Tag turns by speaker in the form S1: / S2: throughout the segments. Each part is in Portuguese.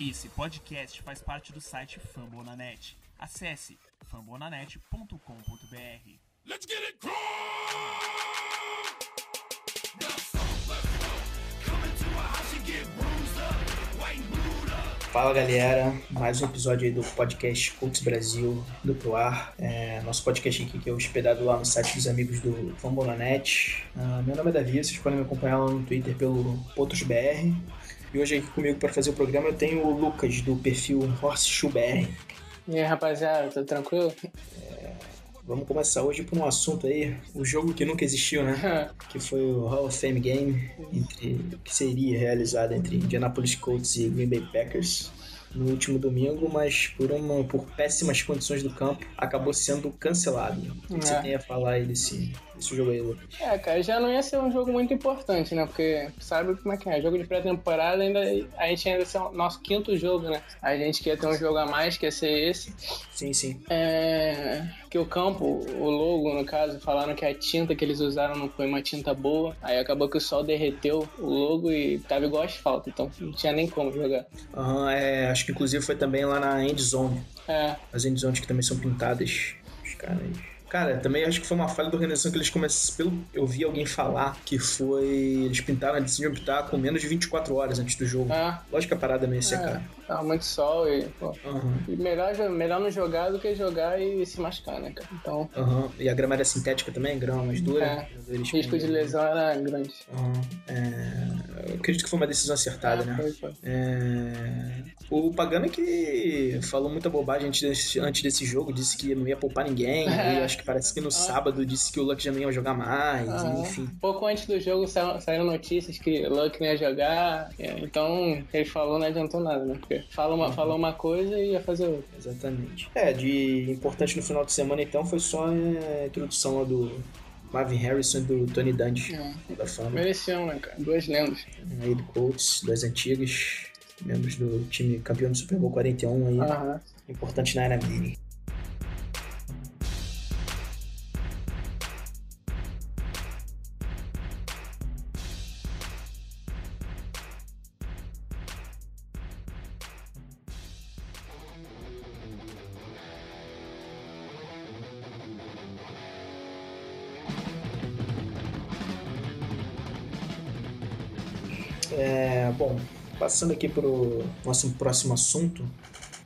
S1: Esse podcast faz parte do site Fambonanet. Acesse fambonanet.com.br.
S2: Let's get it crunk! The sofa coming to a house and get bruised up, white booed up.
S3: Fala galera, mais um episódio aí do podcast Cults Brasil do Proar. É, nosso podcast aqui que é hospedado lá no site dos amigos do Fambolanet. Ah, meu nome é Davi, vocês podem me acompanhar lá no Twitter pelo PotosBR. E hoje aqui comigo para fazer o programa eu tenho o Lucas do perfil HorseshoeBR.
S4: E aí, rapaziada, tudo tranquilo?
S3: Vamos começar hoje por um assunto aí, o jogo que nunca existiu, né? que foi o Hall of Fame Game, entre- que seria realizado entre Indianapolis Colts e Green Bay Packers no último domingo, mas por, uma, por péssimas condições do campo, acabou sendo cancelado. O que você
S4: É.
S3: tem a falar aí desse, desse jogo aí, Lu?
S4: É, cara, já não ia ser um jogo muito importante, né? Porque sabe como é que é? Jogo de pré-temporada ainda a gente ainda ia ser o nosso quinto jogo, né? A gente quer ter um jogo a mais, que ia ser esse.
S3: Sim, sim.
S4: É, que o campo, o logo no caso, falaram que a tinta que eles usaram não foi uma tinta boa. Aí acabou que o sol derreteu o logo e tava igual asfalto, então não tinha nem como jogar.
S3: Aham, é, acho que inclusive foi também lá na End Zone.
S4: É,
S3: As End Zones que também são pintadas. Os caras. Cara, também acho que foi uma falha da organização que eles começaram. Pelo, eu vi alguém falar que foi. Eles pintaram a decisão de pintar com menos de 24 horas antes do jogo.
S4: é,
S3: Lógico que a parada é meio secar.
S4: tava muito sol e, pô,
S3: Aham.
S4: e melhor, melhor não jogar do que jogar e se machucar, né, cara? Então
S3: Aham. E a grama era sintética também, grama mais dura.
S4: É.
S3: Eles-
S4: O risco de lesão era grande.
S3: Aham. É, Eu acredito que foi uma decisão acertada, né?
S4: Ah, Foi, foi.
S3: É, O Pagano que falou muita bobagem antes desse, antes desse jogo, disse que não ia poupar ninguém.
S4: É.
S3: E acho que parece que no sábado disse que o Luck já não ia jogar mais,
S4: Ah.
S3: enfim.
S4: Pouco antes do jogo sa- saíram notícias que Luck não ia jogar, é, então ele falou não adiantou nada, né? Porque fala uma, falou uma coisa e ia fazer outra.
S3: Exatamente. É, de importante no final de semana então foi só é, a introdução lá do Marvin Harrison e do Tony Dungy, da fama.
S4: Mereciam, né, cara? Duas lendas.
S3: Aí do Colts, dois antigos, membros do time campeão do Super Bowl 41 aí.
S4: Aham.
S3: importante na era dele. É, bom, passando aqui para o nosso próximo assunto,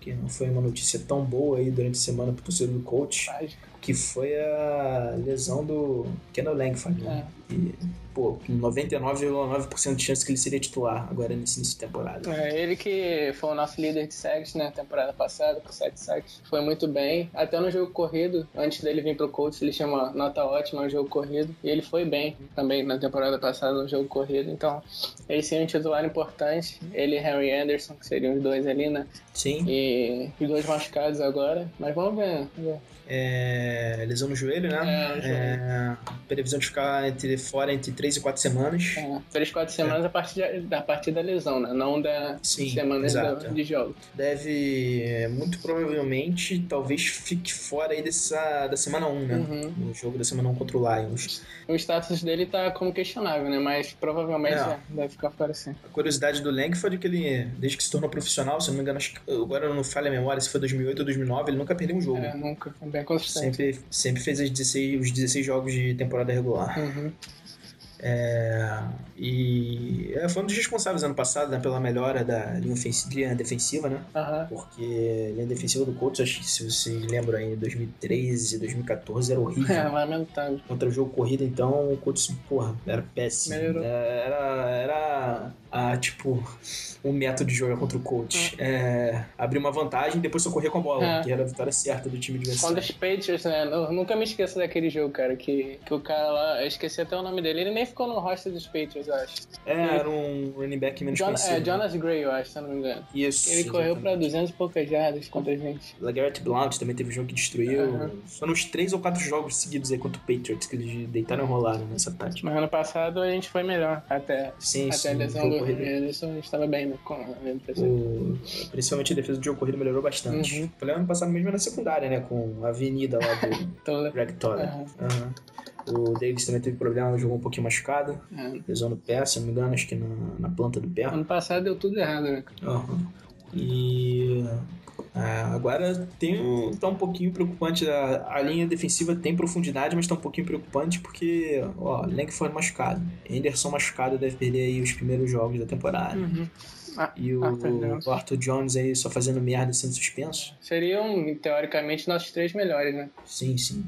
S3: que não foi uma notícia tão boa aí durante a semana pro torcedor do coach,
S4: Trágico.
S3: que foi a lesão do Kendall Langford. né? E, pô, com 99,9% de chance que ele seria titular agora nesse início de temporada.
S4: É, ele que foi o nosso líder de sacks, né? Temporada passada, com sete sacks. Foi muito bem. Até no jogo corrido, antes dele vir pro Colts, ele tinha uma nota ótima no jogo corrido. E ele foi bem também na temporada passada no jogo corrido. Então, ele sim é um titular importante. Ele e Harry Anderson, que seriam os dois ali, né?
S3: Sim,
S4: E os dois machucados agora. Mas vamos ver. né?
S3: é, lesão no joelho, né?
S4: É,
S3: É, previsão de ficar entre, fora entre 3 e 4 semanas.
S4: É, três, quatro semanas a partir da- da partir da lesão, né? Não da
S3: Sim,
S4: semana
S3: exato.
S4: da- de jogo.
S3: Deve, é, muito provavelmente, talvez fique fora aí dessa, da semana 1, né?
S4: Uhum.
S3: No jogo da semana 1 contra o Lions.
S4: O status dele tá como questionável, né? Mas provavelmente
S3: É.
S4: é, deve ficar fora sim.
S3: A curiosidade do Langford é que ele, desde que se tornou profissional, se eu não me engano, acho que agora não falha a memória, se foi 2008 ou 2009, ele nunca perdeu um jogo.
S4: É, nunca. Foi bem consistente.
S3: Sempre, sempre fez as 16 os 16 jogos de temporada regular.
S4: Uhum.
S3: É, e é, foi um dos responsáveis ano passado né, pela melhora da linha, ofensi- linha defensiva, né?
S4: Aham.
S3: Porque a linha defensiva do Colts, acho que se vocês lembram aí, 2013, 2014 era horrível.
S4: É, lamentável.
S3: contra o jogo corrida, então o Colts, porra, era péssimo.
S4: Melhorou.
S3: É, Era, era ah, tipo, um método de jogar contra o Colts.
S4: Ah.
S3: É, abrir uma vantagem e depois socorrer com a bola,
S4: É.
S3: que era a vitória certa do time
S4: Quando
S3: adversário.
S4: os Patriots, né? Eu nunca me esqueço daquele jogo, cara, que, que o cara lá, eu esqueci até o nome dele, ele nem ficou no roster dos Patriots, eu acho.
S3: É, era um running back menos
S4: John,
S3: conhecido.
S4: é, Jonas Gray, eu acho, se eu não me engano.
S3: Isso.
S4: Ele correu pra
S3: exatamente.
S4: 200 e poucas jardas contra a gente.
S3: LeGarrette Blount também teve um jogo que destruiu.
S4: Aham.
S3: Foram uns três ou quatro jogos seguidos aí contra o Patriots que eles deitaram e rolaram nessa tática.
S4: Mas ano passado a gente foi melhor, até,
S3: Sim,
S4: até a
S3: sim.
S4: lesão
S3: jogo
S4: do
S3: corrido.
S4: Henderson, a gente tava bem, né? Com, né, pessoal?
S3: O- principalmente a defesa do jogo corrido melhorou bastante.
S4: Uhum.
S3: O problema ano passado mesmo era na secundária, né? Com a avenida lá do
S4: Então, é,
S3: Greg Todd.
S4: Aham.
S3: Aham. O Davis também teve problema, jogou um pouquinho machucado.
S4: é.
S3: Lesão no pé, se não me engano, acho que na, na planta do pé.
S4: ano passado deu tudo errado, né?
S3: Aham. E ah, agora tem um, tá um pouquinho preocupante. A, a linha defensiva tem profundidade, mas tá um pouquinho preocupante porque, ó, Langford machucado. Henderson machucado deve perder aí os primeiros jogos da temporada.
S4: Uhum. Ah,
S3: E o,
S4: Arthur Jones.
S3: o Arthur Jones aí só fazendo merda e sendo suspenso.
S4: Seriam, teoricamente, nossos três melhores, né?
S3: Sim, sim.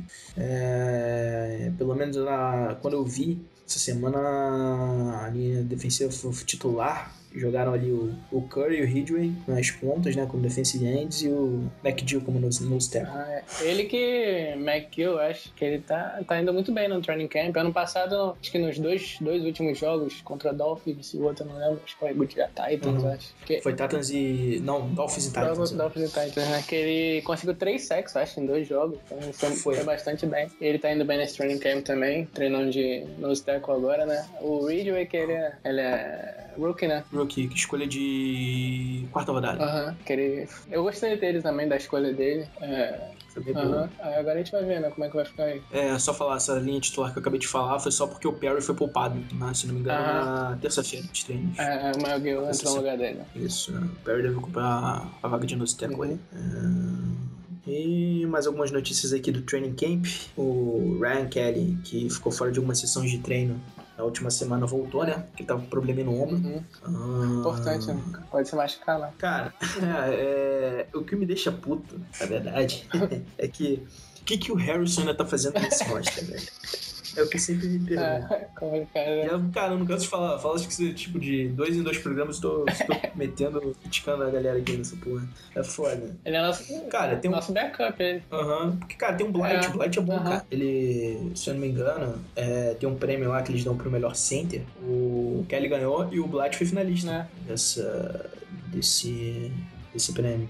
S3: É, pelo menos na, quando eu vi essa semana a linha defensiva foi titular. Jogaram ali o, o Curry e o Ridgway nas pontas, né? Como defensive ends e o McDill como nose nose tackle.
S4: Ah, é. Ele que, McGill, acho que ele tá, tá indo muito bem no training camp. Ano passado, acho que nos dois, dois últimos jogos, contra Dolphins e o outro, eu não lembro, acho que foi Gutia Titans,
S3: Uhum.
S4: acho. Que,
S3: Foi Titans e. Não, Dolphins e Titans. né?
S4: Dolphins e Titans, né? Que ele conseguiu três sacks, acho, em dois jogos. Então foi,
S3: Foi.
S4: foi bastante bem. Ele tá indo bem nesse training camp também, treinando de nose tackle agora, né? O Ridgway, que ele é, ele é rookie, né?
S3: Rookie, assim. que escolha de quarta rodada.
S4: Aham, que ele... Eu gostei dele também, da escolha dele. É,
S3: Foi bem boa.
S4: aham. Aí Agora a gente vai ver, né, como é que vai ficar aí.
S3: É, só falar, essa linha titular que eu acabei de falar foi só porque o Perry foi poupado, né, se não me engano,
S4: Ah.
S3: na terça-feira de treinos.
S4: É, o Mel Gill entrou no lugar dele.
S3: Isso, né? o Perry deve ocupar a vaga de nose tackle aí.
S4: Uhum.
S3: É, E mais algumas notícias aqui do training camp. O Ryan Kelly, que ficou fora de algumas sessões de treino na última semana, voltou, né? Que tava com problema no ombro.
S4: Uhum.
S3: Ah,
S4: Importante, né? Pode se machucar lá.
S3: Cara, é, o que me deixa puto, na verdade, é que o que, que o Harrison ainda tá fazendo nesse roster, velho? É o que eu sempre me pergunto.
S4: É, complicado.
S3: E
S4: né?
S3: Eu, cara, eu não canso de falar. Fala acho que esse tipo de dois em dois programas estou, estou metendo, criticando a galera aqui nessa porra. É foda.
S4: Ele é nosso,
S3: Cara, tem um-
S4: nosso backup, ele.
S3: Aham. Porque, cara, tem um Blight.
S4: É.
S3: Blight é bom,
S4: Aham.
S3: cara. Ele, se eu não me engano, é, tem um prêmio lá que eles dão pro melhor center. O Kelly ganhou e o Blight foi finalista
S4: né?
S3: dessa, desse, desse prêmio.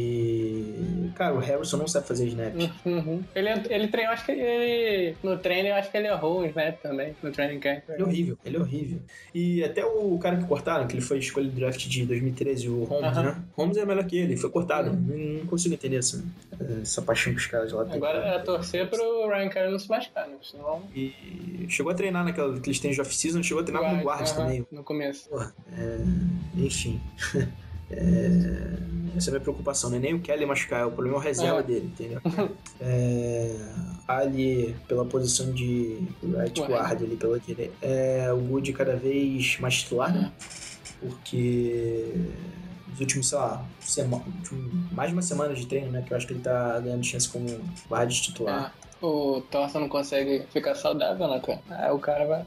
S3: E, cara, o Harrison não sabe fazer snap.
S4: Uhum. Ele, ele treinou, acho que ele. No treino, eu acho que ele errou o snap também, no training camp.
S3: Ele é horrível, ele é horrível. E até o cara que cortaram, que ele foi escolha do draft de 2013, o Holmes,
S4: Aham. Uhum.
S3: né? Holmes é melhor que ele, foi cortado. Não consigo entender essa, essa paixão que os caras lá têm.
S4: Agora é torcer pro Ryan Curry não se machucar, né? Senão.
S3: E chegou a treinar naquela que eles têm de off-season, chegou a treinar como guarda
S4: aham,
S3: também.
S4: No começo.
S3: Porra, é, enfim. É, essa é a minha preocupação, não é nem o Kelly machucar, é o problema é o reserva
S4: É.
S3: dele, entendeu? É, ali, pela posição de right
S4: Guard.
S3: guard ali pela direita, é, o Good cada vez mais titular, né? Porque nos últimos, sei lá, sema- último- mais de uma semana de treino, né? Que eu acho que ele tá ganhando chance como guard titular.
S4: É. O Thorson não consegue ficar saudável, né, cara? Aí o cara vai.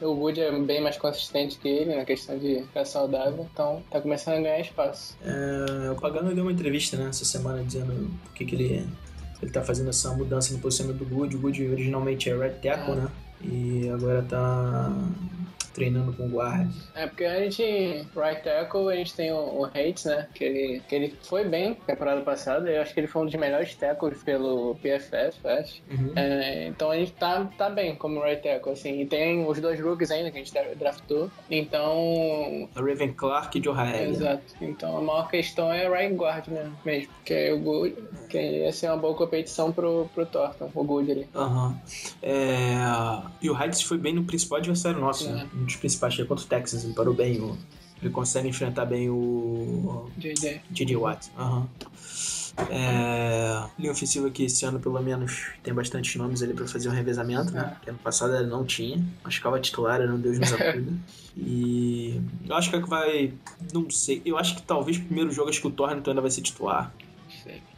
S4: O Wood é bem mais consistente que ele na questão de ficar saudável, então tá começando a ganhar espaço.
S3: É, o Pagano deu uma entrevista né, essa semana dizendo por que, que ele, ele tá fazendo essa mudança no posicionamento do Good. O Good originalmente é Red Tackle, né? E agora tá treinando com guard.
S4: É, porque a gente, right tackle, a gente tem o, o Hates, né? Que ele, que ele foi bem na temporada passada. Eu acho que ele foi um dos melhores tackles pelo PFF, acho. É, então a gente tá, tá bem como right tackle, assim. E tem os dois rookies ainda que a gente dra- draftou. Então...
S3: A Raven Clark e Joe Haig, né?
S4: Exato. Então a maior questão é right guard mesmo. mesmo porque aí o Good... Que ia ser uma boa competição pro, pro Thornton, o Good ali.
S3: Aham. É, E o Heights foi bem no principal adversário nosso, né? Um dos principais, que é contra o Texas, ele parou bem. o- Ele consegue enfrentar bem o
S4: JJ.
S3: DJ Watt. Aham. É, linha ofensiva que esse ano, pelo menos, tem bastantes nomes ali pra fazer um revezamento,
S4: É.
S3: né? Que ano passado ela não tinha. Acho que ela titular, era um Deus nos acuda. e eu acho que é que vai. Não sei. Eu acho que talvez o primeiro jogo, acho que o Torrington ainda vai ser titular.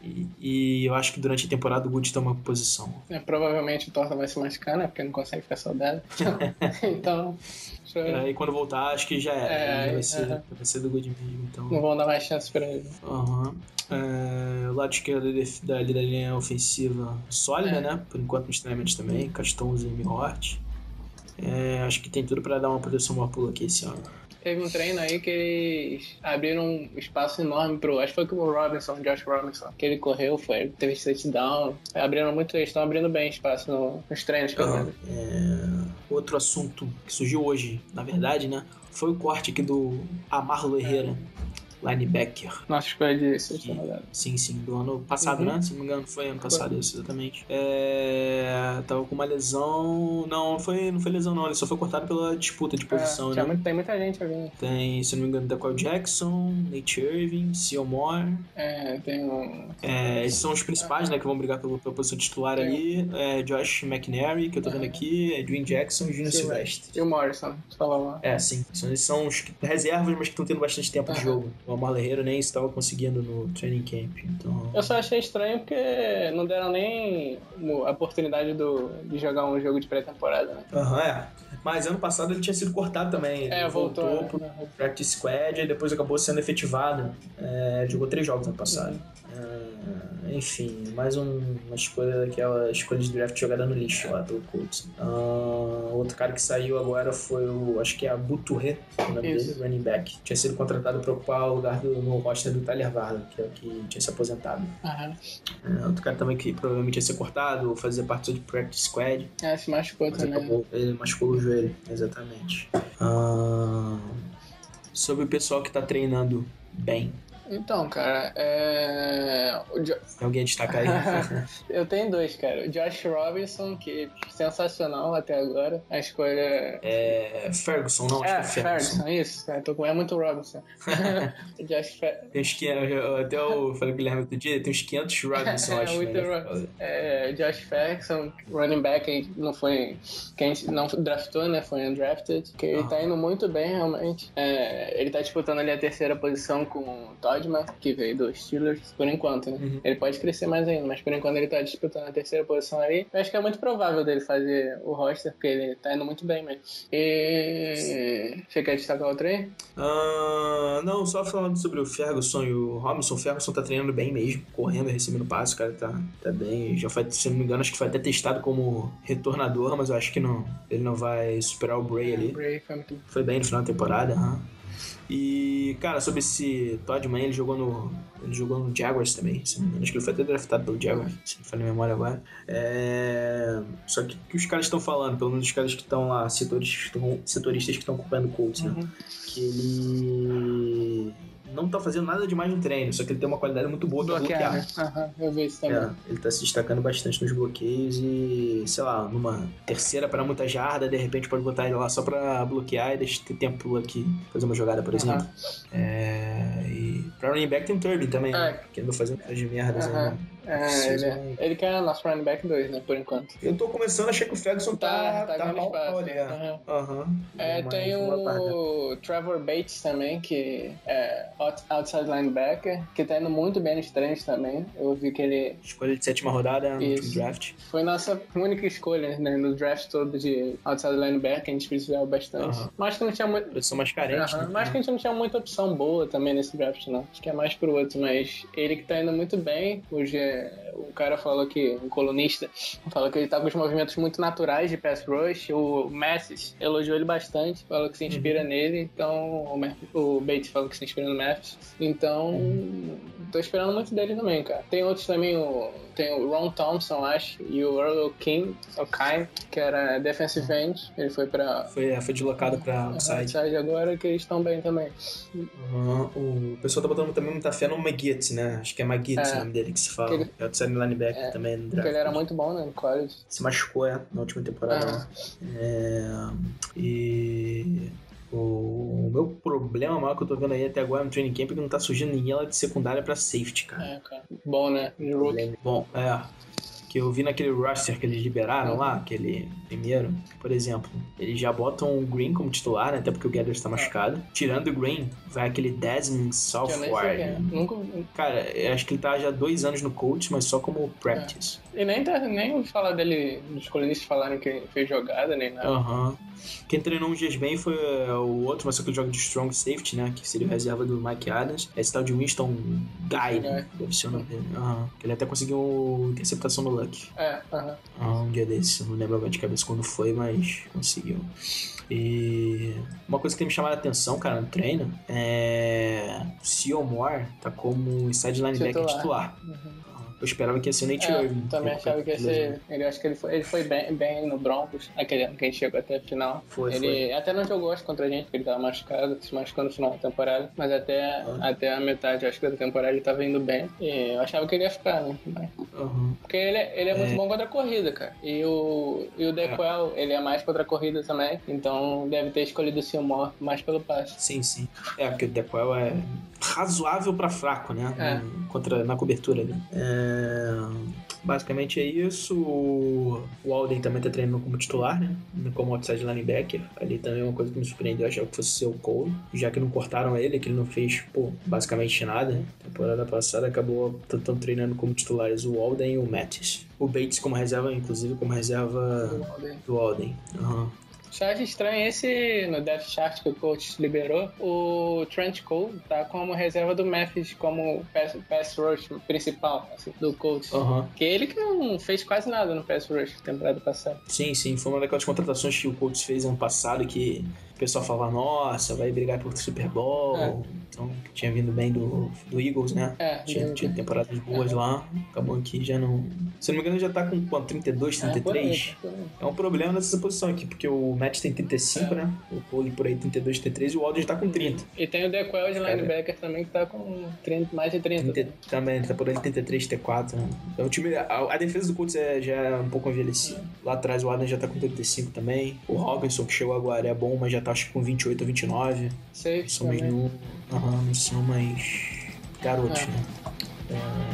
S3: E, e eu acho que durante a temporada o Good toma posição.
S4: É, provavelmente o Thornton vai se machucar, né? Porque não consegue ficar saudável. então... deixa eu-
S3: É, E quando voltar, acho que já era.
S4: É,
S3: já vai, ser,
S4: aham.
S3: vai ser do Good mesmo. Então.
S4: Não vão dar mais chance pra ele.
S3: Aham. É, o lado esquerdo da def- da, da linha ofensiva sólida,
S4: É.
S3: né? Por enquanto nos treinamentos também, Castonzo e Mihort. É, acho que tem tudo pra dar uma proteção boa pula aqui esse ano.
S4: Teve um treino aí que eles abriram um espaço enorme pro. Acho que foi com o Robinson, o Josh Robinson, que ele correu, foi, teve touchdown. Abriram muito, eles estão abrindo bem espaço no- nos treinos, pelo menos.
S3: É, outro assunto que surgiu hoje, na verdade, né? Foi o corte aqui do Amarlo Herrera. linebacker.
S4: Nossa escolha de sétima
S3: Que-
S4: rodada.
S3: Sim, sim, do ano passado,
S4: Uhum.
S3: né? Se não me engano, foi ano passado, isso, exatamente. É, tava com uma lesão. Não, foi, não foi lesão, não. Ele só foi cortado pela disputa de posição,
S4: É,
S3: né?
S4: tinha muito- tem muita gente ali.
S3: Tem, se não me engano, Dequel Jackson, Nate Irving, Seymour.
S4: É, tem um.
S3: É, esses são os principais, né, que vão brigar pela, pela posição titular ali. É, Josh McNary, que eu tô vendo aqui, Edwin Jackson e Junior
S4: Silvestre.
S3: Silvestre.
S4: E o Morrison, tu falou lá.
S3: É, sim. São- Eles são os que- reservas, mas que estão tendo bastante tempo de
S4: Aham.
S3: jogo. O Amar Herrero nem estava conseguindo no training camp. Então,
S4: Eu só achei estranho porque não deram nem mo- a oportunidade do, de jogar um jogo de pré-temporada, né?
S3: Aham, é. Mas ano passado ele tinha sido cortado também. Ele
S4: É, voltou.
S3: voltou pro
S4: né?
S3: practice squad e depois acabou sendo efetivado. É, jogou três jogos ano passado. É, enfim, mais um- uma escolha daquela escolha de draft jogada no lixo lá pelo Colts. Ah, outro cara que saiu agora foi o, acho que é a Buturre, o nome
S4: Isso.
S3: dele, running back. Tinha sido contratado para ocupar o lugar do, no roster do Tyler Varda, que é o que tinha se aposentado.
S4: Aham.
S3: É, outro cara também que provavelmente ia ser cortado ou fazer parte do practice squad.
S4: É, se machucou
S3: Mas
S4: também.
S3: acabou, ele machucou o joelho, exatamente. Ah, sobre o pessoal que tá treinando bem.
S4: Então, cara, é... o Jo-
S3: Tem alguém a destacar aí?
S4: eu tenho dois, cara. O Josh Robinson, que é sensacional até agora. A escolha.
S3: é, Ferguson, não, acho
S4: É,
S3: que é Ferguson.
S4: Ferguson, isso. É, tô com... é muito Robinson. O Josh Fer...
S3: Tem uns 500, eu- até eu falei com o Guilherme outro dia, tem uns 500 Robinson,
S4: É,
S3: acho.
S4: muito
S3: né?
S4: Robinson. É, Josh Ferguson, running back, que não foi. que a gente não draftou, né? Foi undrafted. Que ele
S3: Ah.
S4: tá indo muito bem, realmente. É, ele tá disputando ali a terceira posição com o Todman, que veio do Steelers, por enquanto, né?
S3: Uhum.
S4: Ele pode crescer mais ainda, mas por enquanto ele tá disputando a terceira posição ali. Eu acho que é muito provável dele fazer o roster, porque ele tá indo muito bem mesmo. E. Você quer destacar outro aí?
S3: Ah, não, só falando sobre o Ferguson e o Robinson, o Ferguson tá treinando bem mesmo, correndo, recebendo passe, o cara tá, tá bem. Já foi, se não me engano, acho que foi até testado como retornador, mas eu acho que não. Ele não vai superar o Bray ali.
S4: O Bray foi muito
S3: Foi bem no final da temporada, aham. E, cara, sobre esse Todd Mann, ele jogou no. Ele jogou no Jaguars também, se não me engano. Acho que ele foi até draftado pelo Jaguars, se não me falha a memória agora. É... Só que o que os caras estão falando, pelo menos os caras que estão lá, setores, que estão- setoristas que estão culpando o Colts, né? Que ele não tá fazendo nada demais no treino, só que ele tem uma qualidade muito boa pra bloquear. né?
S4: bloqueado. Aham, eu vi isso também.
S3: É, ele tá se destacando bastante nos bloqueios e, sei lá, numa terceira para muita jarda, de repente pode botar ele lá só pra bloquear e deixa ter tempo aqui fazer uma jogada, por exemplo. É, e pra running back tem o Turbin também,
S4: É.
S3: né? que andou fazendo essas merdas aí,
S4: Aham.
S3: né?
S4: É, ele,
S3: um-
S4: é- ele que é nosso running back 2, né, por enquanto.
S3: Eu tô começando a achar que o Ferguson tá, tá,
S4: ganhando
S3: mal
S4: espaço,
S3: mal,
S4: né?
S3: né?
S4: Aham.
S3: Aham.
S4: É,
S3: Mas
S4: tem
S3: uma parada.
S4: o Trevor Bates também, que é out- outside linebacker, que tá indo muito bem nos treinos também. Eu vi que ele
S3: Escolha de sétima rodada no
S4: Isso.
S3: último draft.
S4: foi nossa única escolha né, no draft todo de outside linebacker, a gente precisava bastante.
S3: Aham.
S4: Mas que não tinha muito.
S3: Eles são mais carentes.
S4: Aham,
S3: né?
S4: mas que a gente não tinha muita opção boa também nesse draft, não. Acho que é mais pro outro, mas ele que tá indo muito bem. Hoje é- o cara falou que, um colunista, falou que ele tá com os movimentos muito naturais de pass rush. O Messi elogiou ele bastante, falou que se
S3: Uhum.
S4: inspira nele. Então, o, Memphis- o Bates falou que se inspira no Memphis. Então,
S3: Uhum.
S4: tô esperando muito dele também, cara. Tem outros também, o, tem o Ron Thompson, acho, e o Earl King, o Kai, que era defensive end. Ele foi pra
S3: Foi, é, foi deslocado pra outside.
S4: Outside agora que eles estão bem também.
S3: Aham, O pessoal tá botando também muita fé no Maggit, né? Acho que é Maggit
S4: É.
S3: o nome dele que se fala.
S4: Ele-
S3: É o outside linebacker
S4: É,
S3: também no draft.
S4: Porque ele era muito bom, né? No college.
S3: Se machucou, é, na última temporada.
S4: Ah.
S3: lá. É, E... O o meu problema maior que eu tô vendo aí até agora no training camp é que não tá surgindo ninguém lá de secundária pra safety, cara.
S4: É, cara. Bom, né? De rookie.
S3: Bom, é. Que eu vi naquele roster que eles liberaram lá, aquele primeiro, por exemplo, eles já botam o Green como titular, né? Até porque o Gathers tá machucado. Tirando o Green, vai aquele Desmond
S4: Ah. Que eu nem sei
S3: Southward.
S4: quem é. Nunca...
S3: Cara, eu acho que ele tá já dois anos no Colts, mas só como practice.
S4: E nem, tá, nem ouvi falar dele, dos colunistas falarem que ele fez jogada, nem nada.
S3: Aham. Quem treinou um dias bem foi é, o outro, mas só que ele joga de strong safety, né? Que seria o reserva do Mike Adams. É esse tal de Winston Guy,
S4: É.
S3: né? Deve ser o nome dele. Aham. Que Ele até conseguiu interceptação no Luck.
S4: É, aham.
S3: Ah, um dia desse, eu não lembro agora de cabeça quando foi, mas conseguiu. E uma coisa que tem me chamado a atenção, cara, no treino é. Seymour tá como inside linebacker
S4: Titular.
S3: titular.
S4: Uhum.
S3: Ah, Eu esperava um que ia ser Nate
S4: É,
S3: Irving.
S4: também
S3: Ele-
S4: achava que ia
S3: ele- é- né?
S4: ser. Ele, acho que ele foi, ele foi bem, bem no Broncos, aquele ano que a gente chegou até a final.
S3: Foi,
S4: ele
S3: foi.
S4: até não jogou acho, contra a gente, porque ele tava machucado, se machucou no final da temporada. Mas até,
S3: Ah.
S4: até a metade, acho que da temporada ele tava indo bem. E eu achava que ele ia ficar, né? Mas-
S3: Aham.
S4: Porque ele, é- ele é muito bom contra a corrida, cara. E o, e o Dequel, ele é mais contra a corrida também. Então deve ter escolhido o Seymour mais pelo passe.
S3: Sim, sim. É, porque o Dequel é razoável pra fraco, né?
S4: É.
S3: No- Contra, na cobertura ali. É, Basicamente é isso. O o Alden também tá treinando como titular, né? Como outside linebacker. Ali também é uma coisa que me surpreendeu. Eu achava que fosse ser o Cole. Já que não cortaram ele, que ele não fez, pô, basicamente nada. né? Temporada passada acabou tão treinando como titulares o Alden e o Mattis. O Bates como reserva, inclusive como reserva do Alden. Aham.
S4: Só acho estranho esse no Death Chart que o coach liberou. O Trent Cole tá como reserva do Memphis, como pass, pass rush principal assim, do coach.
S3: Aham.
S4: Que ele que não fez quase nada no pass rush temporada passada.
S3: Sim, sim, foi uma daquelas contratações que o Colts fez ano passado que o pessoal falava, nossa, vai brigar por Super Bowl.
S4: É.
S3: Então, tinha vindo bem do, do Eagles, né?
S4: É,
S3: Tinha,
S4: do-
S3: tinha temporadas
S4: É.
S3: boas lá, acabou aqui já não. Se eu não me engano, já tá com quanto? 32,
S4: É, por aí,
S3: 33?
S4: por aí.
S3: É, um problema nessa posição aqui, porque o Matt tem 35,
S4: É.
S3: né? O Cole por aí 32, 33 e o Alden já tá com 30.
S4: E tem o Dequel de
S3: Cara.
S4: linebacker também que tá com 30, mais de 30.
S3: 30 também, tá por aí 33, 34. Né? Então, o time, a, a defesa do Colts é, já é um pouco envelhecida. Lá atrás o Adam já tá com 35 também. O Robinson, que chegou agora, é bom, mas já tá acho que com 28 ou 29.
S4: Safe
S3: Não são mais
S4: também.
S3: novo. Aham, não são mais garotos,
S4: É.
S3: né?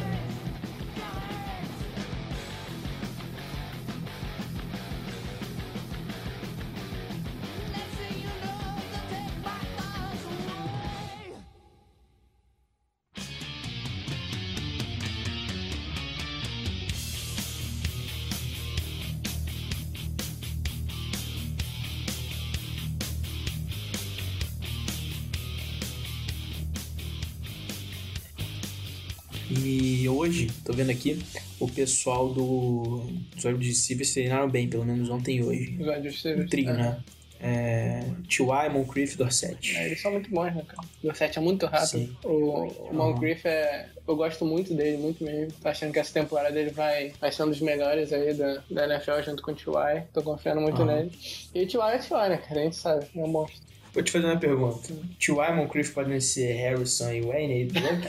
S3: E hoje, tô vendo aqui, o pessoal do usuário de Civil treinaram bem, pelo menos ontem e hoje.
S4: Igual dos
S3: O
S4: Steelers.
S3: trio,
S4: É.
S3: né? É, T.Y., Moncrief, Dorset.
S4: É, Eles são muito bons, né, cara? O Dorset é muito rápido.
S3: Sim.
S4: O, o Moncrief é. Eu gosto muito dele, muito mesmo. Tô achando que essa temporada ele vai, vai ser um dos melhores aí da, da NFL junto com o T.Y. Tô confiando muito
S3: Aham.
S4: nele. E o T.Y. é T.Y., né, cara? A gente sabe, é um monstro.
S3: Vou te fazer uma pergunta. T.Y., Moncrief podem ser Harrison e Wayne e Blank?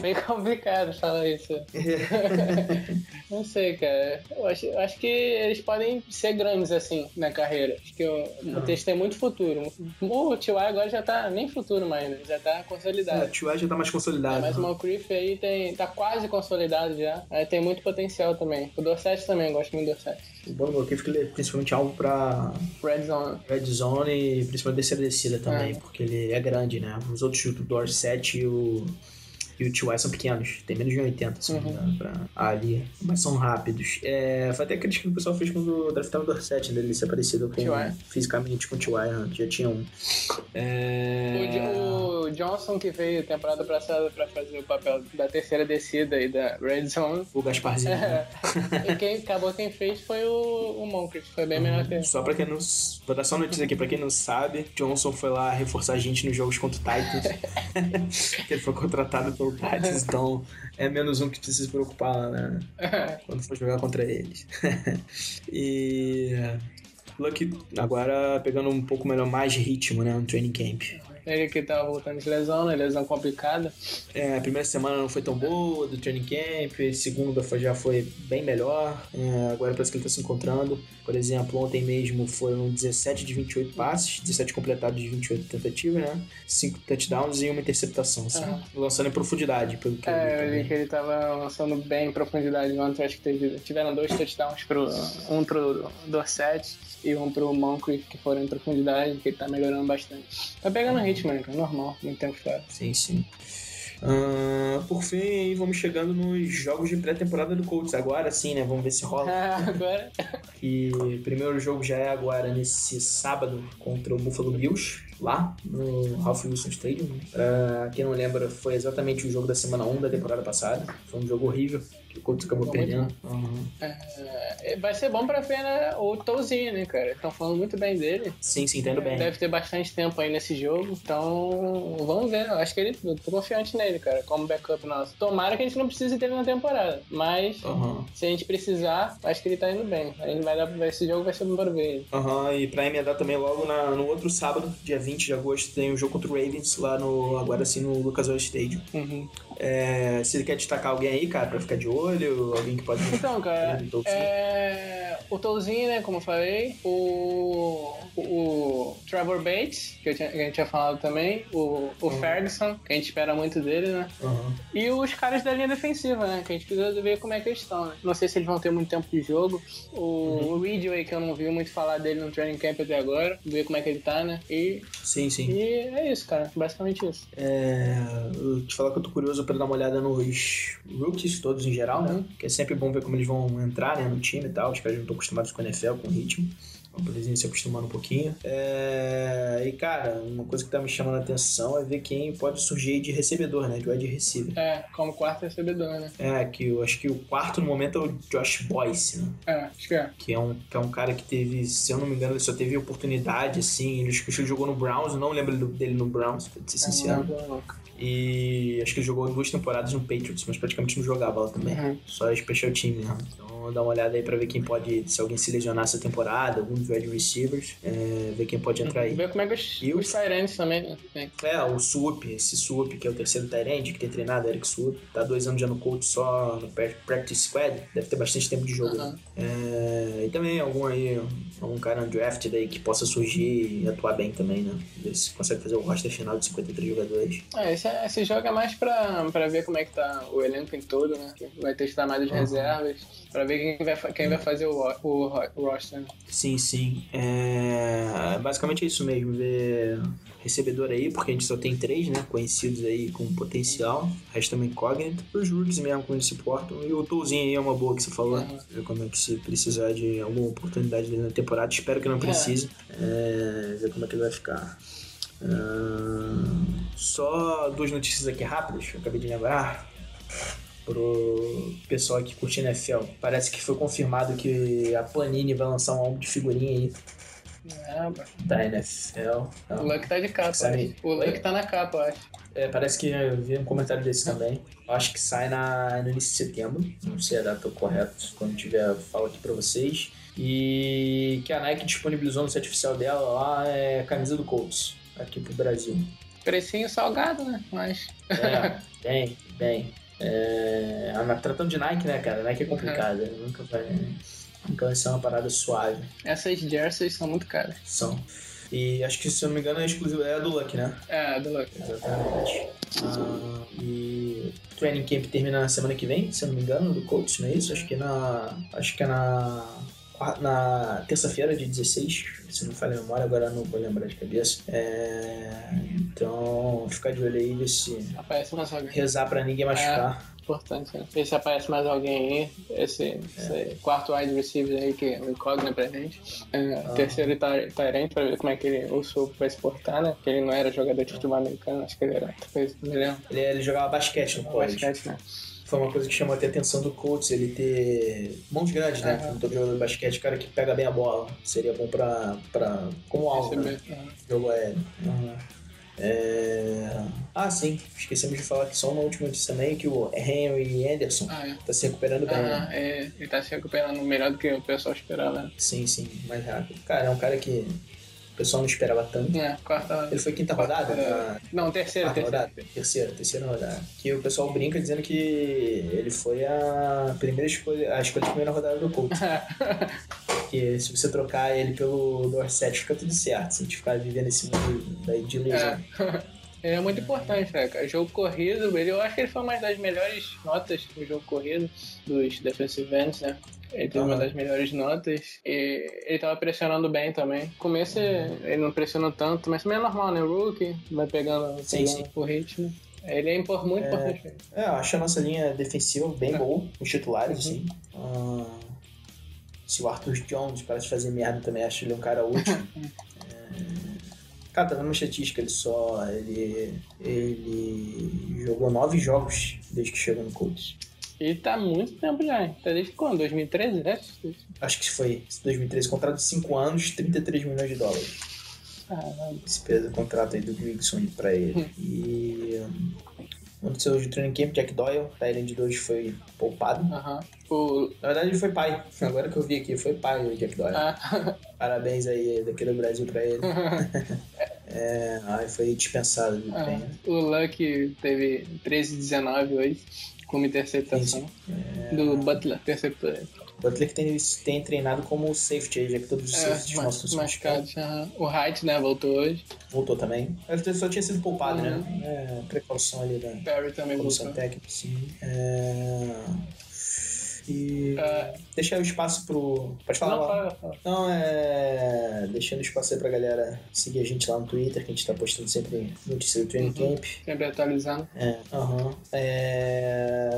S4: Bem complicado falar isso.
S3: É.
S4: Não sei, cara. Eu acho, eu acho que eles podem ser grandes, assim, na carreira. Acho que eu, eles têm muito futuro. O T.Y. agora já tá nem futuro mais, né? Já tá É
S3: É,
S4: consolidado.
S3: T.Y. já tá mais consolidado.
S4: Mas o
S3: né?
S4: Moncrief aí tem, tá quase consolidado já. Aí tem muito potencial também. O Dorset também, eu gosto muito do Dorset.
S3: O bom do Moncrief é que ele é principalmente alvo pra
S4: Red Zone.
S3: Red Zone e principalmente terceira descida também,
S4: É.
S3: porque ele é grande, né? Os outros, o Dorset e o... E o T.Y. são pequenos, tem menos de 1,80, se não me
S4: Uhum.
S3: engano, pra ali. Mas são rápidos. É, foi até a crítica que o pessoal fez quando draftaram o Dorset, né? Ele ser parecido com,
S4: T.Y..
S3: fisicamente com o T.Y., né? já tinha um.
S4: O,
S3: É...
S4: Jo- o Johnson que veio temporada passada pra fazer o papel da terceira descida e da Red Zone.
S3: O Gasparzinho,
S4: É.
S3: né?
S4: e quem acabou quem fez foi o, o Moncrief, foi bem melhor que ele.
S3: Só pra quem não. Vou dar só uma notícia aqui, pra quem não sabe, Johnson foi lá reforçar a gente nos jogos contra o Titans. ele foi contratado pelo Titans, então é menos um que precisa se preocupar lá, né? Quando for jogar contra eles. e. Luck agora pegando um pouco melhor mais de ritmo, né? No training camp.
S4: Ele que tava voltando de lesão, né? Lesão complicada.
S3: É, a primeira semana não foi tão boa do training camp, a segunda foi- já foi bem melhor. É, agora parece que ele tá se encontrando. Por exemplo, ontem mesmo foram 17 de 28 passes, 17 completados de 28 tentativas, né? 5 touchdowns e uma interceptação, assim,
S4: Aham.
S3: lançando em profundidade, pelo que eu
S4: É,
S3: vi
S4: eu
S3: também.
S4: li que ele tava lançando bem em profundidade no ano, acho que teve, tiveram dois touchdowns, pro, um pro Dorset e um pro Moncrief, que foram em profundidade, que ele tá melhorando bastante. Tá pegando ritmo, né, cara? Normal, muito tempo fora.
S3: Sim, sim. Ah, por fim, aí vamos chegando nos jogos de pré-temporada do Colts agora, sim, né? Vamos ver se rola.
S4: Ah, Agora,
S3: que o primeiro jogo já é agora nesse sábado contra o Buffalo Bills, lá no Ralph Wilson Stadium. Pra quem não lembra, foi exatamente o jogo da semana 1 da temporada passada. Foi um jogo horrível que o Colts acabou
S4: Foi muito
S3: perdendo. Aham.
S4: é, vai ser bom pra ver né, o Touzinho, né, cara? Estão falando muito bem dele.
S3: Sim, sim, entendo bem.
S4: Deve ter bastante tempo aí nesse jogo, então vamos ver. Eu acho que ele, eu tô confiante nele, cara, como backup muito nosso. Tomara que a gente não precise dele na temporada, mas
S3: Aham.
S4: se a gente precisar, acho que ele tá indo bem. A gente vai dar, vai- esse jogo vai ser para ver ele.
S3: Aham, e pra emendar também logo na- no outro sábado, dia 20 de agosto, tem o jogo contra o Ravens lá no. Agora sim no Lucas Oil Stadium.
S4: Uhum.
S3: É, se ele quer destacar alguém aí, cara, pra ficar de olho, alguém que pode.
S4: Então, cara,
S3: Ele, Dolphin.
S4: é, o Tolzinho, né, como eu falei, o, o Trevor Bates, que, eu tinha- que a gente tinha falado também, o, o Ferguson, que a gente espera muito dele, né,
S3: Aham.
S4: e os caras da linha defensiva, né, que a gente precisa ver como é que eles estão, né. Não sei se eles vão ter muito tempo de jogo, o, o Ridgway, que eu não vi muito falar dele no training camp até agora, ver como é que ele tá, né, e,
S3: Sim, sim.
S4: e é isso, cara, basicamente isso.
S3: É, eu te falar que eu tô curioso pra dar uma olhada nos rookies todos em geral, né? Que é sempre bom ver como eles vão entrar né, no time e tal. Os caras não estão acostumados com o NFL, com o ritmo. Então, pra eles irem se acostumando um pouquinho. É, e, cara, uma coisa que tá me chamando a atenção é ver quem pode surgir aí de recebedor, né? De wide receiver.
S4: É, como quarto recebedor, né,
S3: É, que eu acho que o quarto no momento é o Josh Boyce, né?
S4: é, acho que é.
S3: que é um, que é um cara que teve, se eu não me engano, ele só teve oportunidade, assim, ele, acho que ele jogou no Browns, eu não lembro do- dele no Browns, pra ser sincero. E acho que ele jogou duas temporadas no Patriots, mas praticamente não jogava lá também.
S4: Uhum.
S3: Só special team mesmo. Então dá uma olhada aí pra ver quem pode, se alguém se lesionar essa temporada, algum dos wide receivers, é, ver quem pode entrar aí.
S4: Ver como é que os,
S3: E o-
S4: os Tyrants também, né? tem.
S3: É, o Sup, esse Sup, que é o terceiro Tyrande, que tem treinado, Eric Sup, tá dois anos já no coach só no pra- practice squad, deve ter bastante tempo de jogo.
S4: Aham.
S3: né? É, e também algum aí, algum cara undrafted aí que possa surgir e atuar bem também, né? Ver se consegue fazer o roster final de 53 jogadores.
S4: É, esse, esse jogo é mais pra, pra ver como é que tá o elenco em todo, né? Vai testar mais as reservas, pra ver quem vai, fa- quem vai fazer o, ro- o, ro- o roster. né?
S3: Sim, sim. É, basicamente é isso mesmo, ver recebedor aí, porque a gente só tem três, né? Conhecidos aí com potencial, o resto é uma incógnita. Os rookies mesmo, como eles se portam. E o Tolzinho aí é uma boa que você falou.
S4: Uhum.
S3: Ver como é que se precisar de alguma oportunidade dele na temporada. Espero que não precise. É, ver como é que ele vai ficar. Ah, só duas notícias aqui rápidas, que eu acabei de lembrar pro pessoal que curte NFL. Parece que foi confirmado que a Panini vai lançar um álbum de figurinha aí
S4: É, pá.
S3: da NFL.
S4: o Luck tá de capa,
S3: Sabe?
S4: acho. O Luck tá na capa, acho.
S3: Então, É, parece que eu vi um comentário desse também. Eu Acho que sai na, no início de setembro. Não sei a data correta. Quando tiver, eu falo aqui pra vocês. E que a Nike disponibilizou no site oficial dela lá é a camisa do Colts aqui pro Brasil.
S4: Precinho salgado, né? Mas.
S3: É, bem, bem. É, ah, tratando de Nike, né, cara? Nike é complicada. Nunca vai. Nunca vai ser uma parada suave.
S4: Essas jerseys são muito caras.
S3: São. E acho que, se eu não me engano, é exclusiva. É a do Luck, né?
S4: É, do Luck.
S3: Exatamente. Ah, e o training camp termina na semana que vem, se eu não me engano, do Colts, não é isso? Acho que é na. Acho que é na. qua- Na terça-feira de 16, se não falha a memória, agora não vou lembrar de cabeça. É, então, ficar de olho aí, ver se
S4: Aparece mais alguém.
S3: rezar pra ninguém machucar.
S4: Importante, né? Ver se aparece mais alguém aí. Esse,
S3: É.
S4: esse quarto wide receiver aí que é o incógnito pra gente. É,
S3: Ah.
S4: Terceiro Ty- Tyrant pra ver como é que ele, o Sul vai se portar, né? Porque ele não era jogador de futebol americano, acho que ele era talvez melhor.
S3: Ele, ele jogava basquete no college.
S4: Basquete, né?
S3: Foi uma coisa que chamou até a atenção do Colts, ele ter mãos grandes, né? Como todo jogador de basquete, cara que pega bem a bola. Seria bom pra. pra como alvo, né?
S4: Receber, né?
S3: Jogo aéreo. É... Ah, sim. Esquecemos de falar que só uma última notícia também, que o Henry Anderson
S4: Ah, é.
S3: tá se recuperando bem. né?
S4: Aham, é, ele tá se recuperando melhor do que o pessoal esperava. né?
S3: Sim, sim, mais rápido. Cara, é um cara que o pessoal não esperava tanto.
S4: É, quarta.
S3: Ele foi quinta rodada? Na-
S4: Não, É. terceira,
S3: Quarta
S4: terceira.
S3: rodada? Terceira, terceira rodada. Que o pessoal brinca dizendo que ele foi a primeira escolha, a escolha de primeira rodada do Colts. Porque se você trocar ele pelo Dorset, fica tudo certo. Se a gente ficar vivendo esse mundo né? daí de ilusão.
S4: É. Ele é muito importante, né, cara? Jogo corrido, ele, eu acho que ele foi uma das melhores notas no jogo corrido dos defensive ends, né? Ele teve uma
S3: Aham.
S4: das melhores notas. E ele tava pressionando bem também. No começo ele não pressionou tanto, mas também é normal, né? O rookie vai pegando,
S3: Sim,
S4: pegando
S3: sim.
S4: o ritmo. Ele é impor- muito importante.
S3: É, eu acho a nossa linha defensiva bem boa, os titulares, assim. Ah, se o Arthur Jones parece fazer merda também, acho ele um cara útil. É, Cara, tá dando uma estatística, ele só. Ele, ele jogou nove jogos desde que chegou no Colts.
S4: Ele tá há muito tempo já, hein? Tá desde quando? 2013, né?
S3: Acho que isso foi 2013, contrato de 5 anos, 33 milhões de dólares.
S4: Caralho. Uhum.
S3: despesa do contrato aí do Grigson aí pra ele. E hum, Um dos seus de training camp, Jack Doyle, Tyrande 2 foi poupado.
S4: Aham. O.
S3: Na verdade, ele foi pai. Agora que eu vi aqui, foi pai o Jack Doyle.
S4: Uhum. Ah,
S3: Parabéns aí daqui do Brasil pra ele. é, aí foi dispensado do
S4: ah,
S3: treino.
S4: o Luck teve 13-19 hoje, com uma interceptação do Butler, É, interceptor.
S3: Butler que tem, tem treinado como safety, já que todos os safeties
S4: É, mas,
S3: nossos machucados.
S4: machucados. aham. O Hyde, né, voltou hoje.
S3: Voltou também. Mas ele só tinha sido poupado,
S4: Uhum.
S3: né? É, precaução ali da
S4: Perry também
S3: comissão
S4: voltou.
S3: técnica, sim. É... E
S4: Ah,
S3: deixar o espaço pro. Pode falar?
S4: não, tá,
S3: Laura?
S4: fala, fala.
S3: Não, Então, é. Deixando espaço aí pra galera seguir a gente lá no Twitter, que a gente tá postando sempre notícias do Training Camp.
S4: Sempre atualizando.
S3: É, aham. É,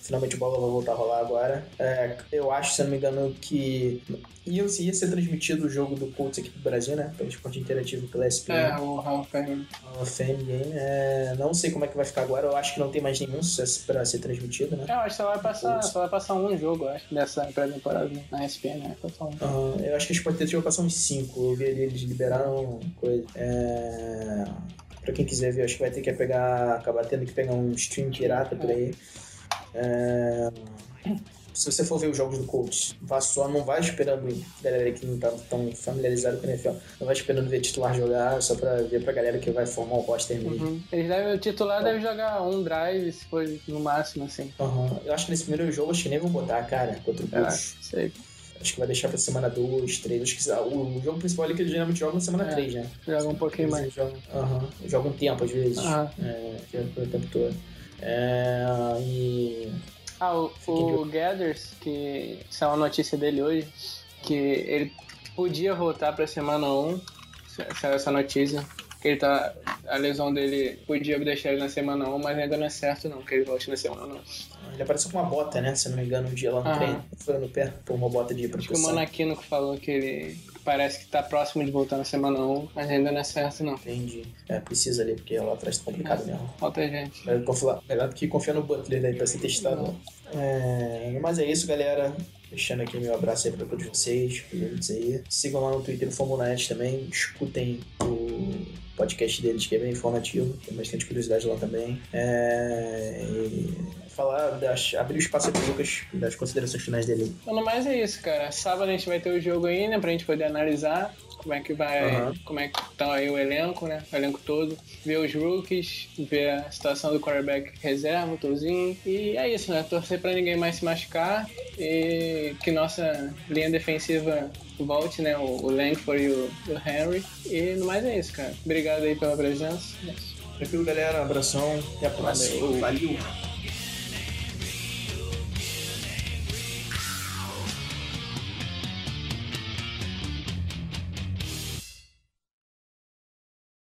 S3: Finalmente o bola vai voltar a rolar agora. É, eu acho, se eu não me engano, que. Ia, ia ser transmitido o jogo do Colts aqui pro Brasil, né? Pelo esporte interativo pela ESPN.
S4: É, o Ralph Perry.
S3: A FM Game. É, não sei como é que vai ficar agora. Eu acho que não tem mais nenhum sucesso pra ser transmitido, né?
S4: É, Eu acho que só vai passar,
S3: Putz.
S4: só vai passar um jogo, eu acho, dessa pré-temporada né, na ESPN, né? Passar um.
S3: Aham, Ah, eu acho que eles podem ter jogo passar uns 5. Eu vi ali, eles liberaram coisa. É... Pra quem quiser ver, acho que vai ter que pegar. acabar tendo que pegar um stream pirata por aí. É, Se você for ver os jogos do Colts, vá só, não vai esperando, galera que não tá tão familiarizada com o NFL, não vai esperando ver titular jogar, só pra ver pra galera que vai formar o roster mesmo.
S4: Uhum. Eles devem, o titular deve jogar um drive, se for no máximo, assim.
S3: Aham. Eu acho que nesse primeiro jogo, acho que nem vou botar, cara, contra o
S4: Eu
S3: Colts.
S4: acho, sei.
S3: Acho que vai deixar pra semana 2, 3. Acho que ah, o o jogo principal ali que eles geralmente jogam na semana
S4: É.
S3: 3, né?
S4: Joga um pouquinho mais.
S3: Eles jogam, aham, jogam um tempo às vezes.
S4: Aham.
S3: É, joga o tempo todo. É, e.
S4: Ah, o,
S3: de
S4: o Gathers, que isso é uma notícia dele hoje, que ele podia voltar pra semana 1, saiu essa notícia. Que ele tá. A lesão dele podia deixar ele na semana 1, mas ainda não é certo não, que ele volte na semana 1.
S3: Ele apareceu com uma bota, né? Se eu não me engano, um dia lá no
S4: Aham.
S3: treino. Foi no pé por uma bota de
S4: Ah. Acho que o
S3: proteção.
S4: Monaquino que falou que ele parece que tá próximo de voltar na semana 1, mas ainda não é certo não.
S3: Entendi. É, precisa ali, porque lá atrás tá complicado mesmo.
S4: Falta gente.
S3: Melhor confiar- Melhor do que confiar no Butler daí pra ser testado. É, mas é isso, galera. Deixando aqui meu abraço aí pra todos vocês, presentes aí. Sigam lá no Twitter o Fórmula também. Escutem o podcast deles, que é bem informativo. Tem bastante curiosidade lá também. É, e falar, das, abrir o espaço aí pro Lucas e das considerações finais dele.
S4: Então, no mais é isso, cara. Sábado a gente vai ter o jogo aí, né? Pra gente poder analisar como é que vai.
S3: Aham.
S4: Como é que tá aí o elenco, né? O elenco todo. Ver os rookies, ver a situação do quarterback reserva, o Tozinho. E é isso, né? Torcer pra ninguém mais se machucar e que nossa linha defensiva volte, né? O, o Langford e o, o Henry. E no mais é isso, cara. Obrigado aí pela presença.
S3: Tranquilo, galera. Abração. Até a próxima.
S4: Valeu.
S3: Valeu.